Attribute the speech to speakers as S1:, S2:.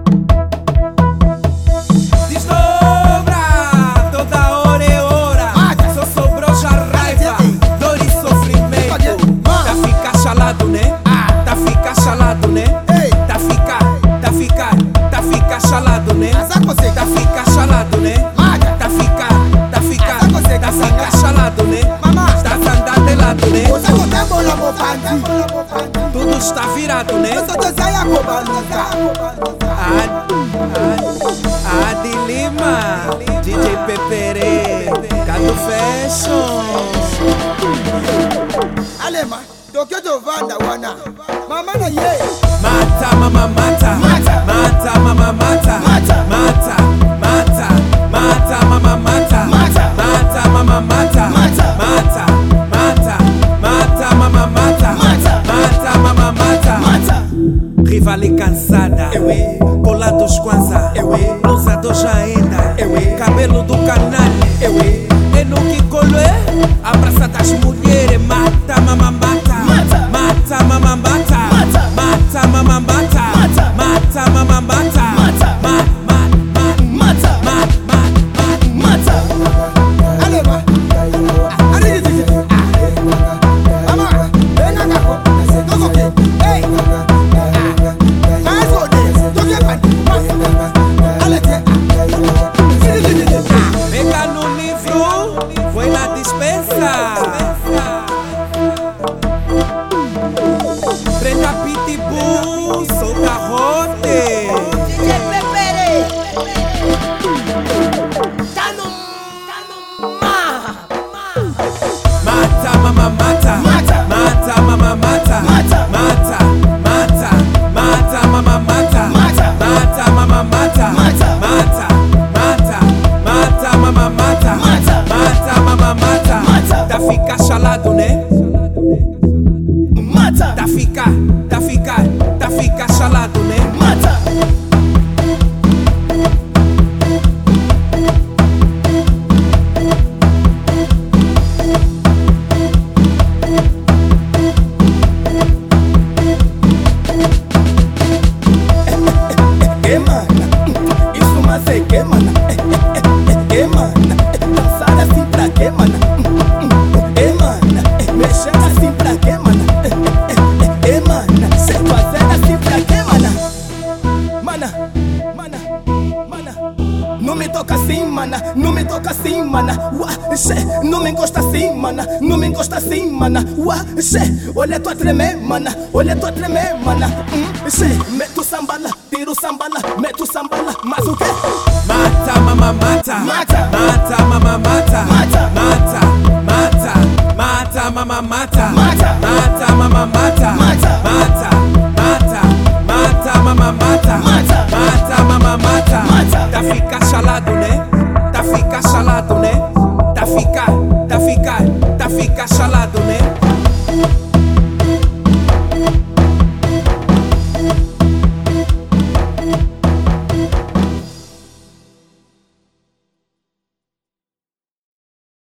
S1: e
S2: Ah, Oh, Adi.
S1: Tudo está virado, né?
S2: Eu sou José Yacobalisa.
S1: Ad, Ad Lima, DJ Pepere, Cadu Fashion.
S2: Alema, Tokyo Jovanda Wana. Mama na ye.
S1: Mata, mama, mata.
S2: Mata.
S1: mata, mama, mata.
S2: Mata.
S1: mata, mata, mata, mama, mata.
S2: Mata.
S1: mata, mama, mata. mata, mata, mata, mama, mata.
S2: Mata. Mata.
S1: mata, mama, mata.
S2: Mata.
S1: Rival e cansada,
S2: Ewe.
S1: colados Kwanza,
S2: Ewe.
S1: blusa do Jaenda,
S2: Ewe.
S1: cabelo do canal,
S2: Ewe.
S1: é no que colo é, abraça das mulheres, eh? mata, mama, mata,
S2: Mata.
S1: mata, mama, mata,
S2: Mata.
S1: mata, mama, mata,
S2: Mata.
S1: mata, mama, mata,
S2: Mata.
S1: ma, ma, ma,
S2: Mata.
S1: ma, ma, ma.
S2: Mata. Alema. Adi di di. Ama. Ena kako. Koko ke. Hey. Aso de. Tokyo Band. Mas. Alete. Di di di di.
S1: Pega no livro, foi na dispensa. Preta pitbull, sou garrote.
S3: DJ Pepere Tá no mar
S1: Mata, mama, mata.
S2: Mata.
S1: mata, mama, mata.
S2: Mata.
S1: mata, mata, mata, mama, mata.
S2: Mata.
S1: mata, mama, mata.
S2: Mata.
S1: mata, mata, mata, mama, mata.
S2: Mata.
S1: mata, mama, mata.
S2: Mata.
S1: Tá ficar chalado, né?
S2: Mata.
S1: Tá ficar, tá ficar, tá ficar chalado, né?
S2: Mata. Queima, isso mas é queima, queima, dançar assim pra queima, queima, mexer assim pra queima, queima, se fazer assim pra queima, mana, mana, mana, não me toca assim, mana, não me toca assim, mana, uá, xé, não me encosta assim, mana, não me encosta assim, mana, uá, xé, olha tua tremer, mana, Oh, olha tua tremer, mana, Hmm, hum, xé, meto sambala, tiro sambala, meto sambala, mas o quê?
S1: Mata, mama, mata.
S2: Mata.
S1: Mata, mama, mata.
S2: Mata.
S1: Mata, mata, mata, mama, mata.
S2: Mata.
S1: Mata, mama, mata.
S2: Mata.
S1: Mata, mata, mata, mama, mata.
S2: Mata.
S1: Mata, mama, mata.
S2: Mata.
S1: Tá ficar chalado, né? Tá ficar chalado, né? Tá ficar, tá ficar, tá ficar chalado, né?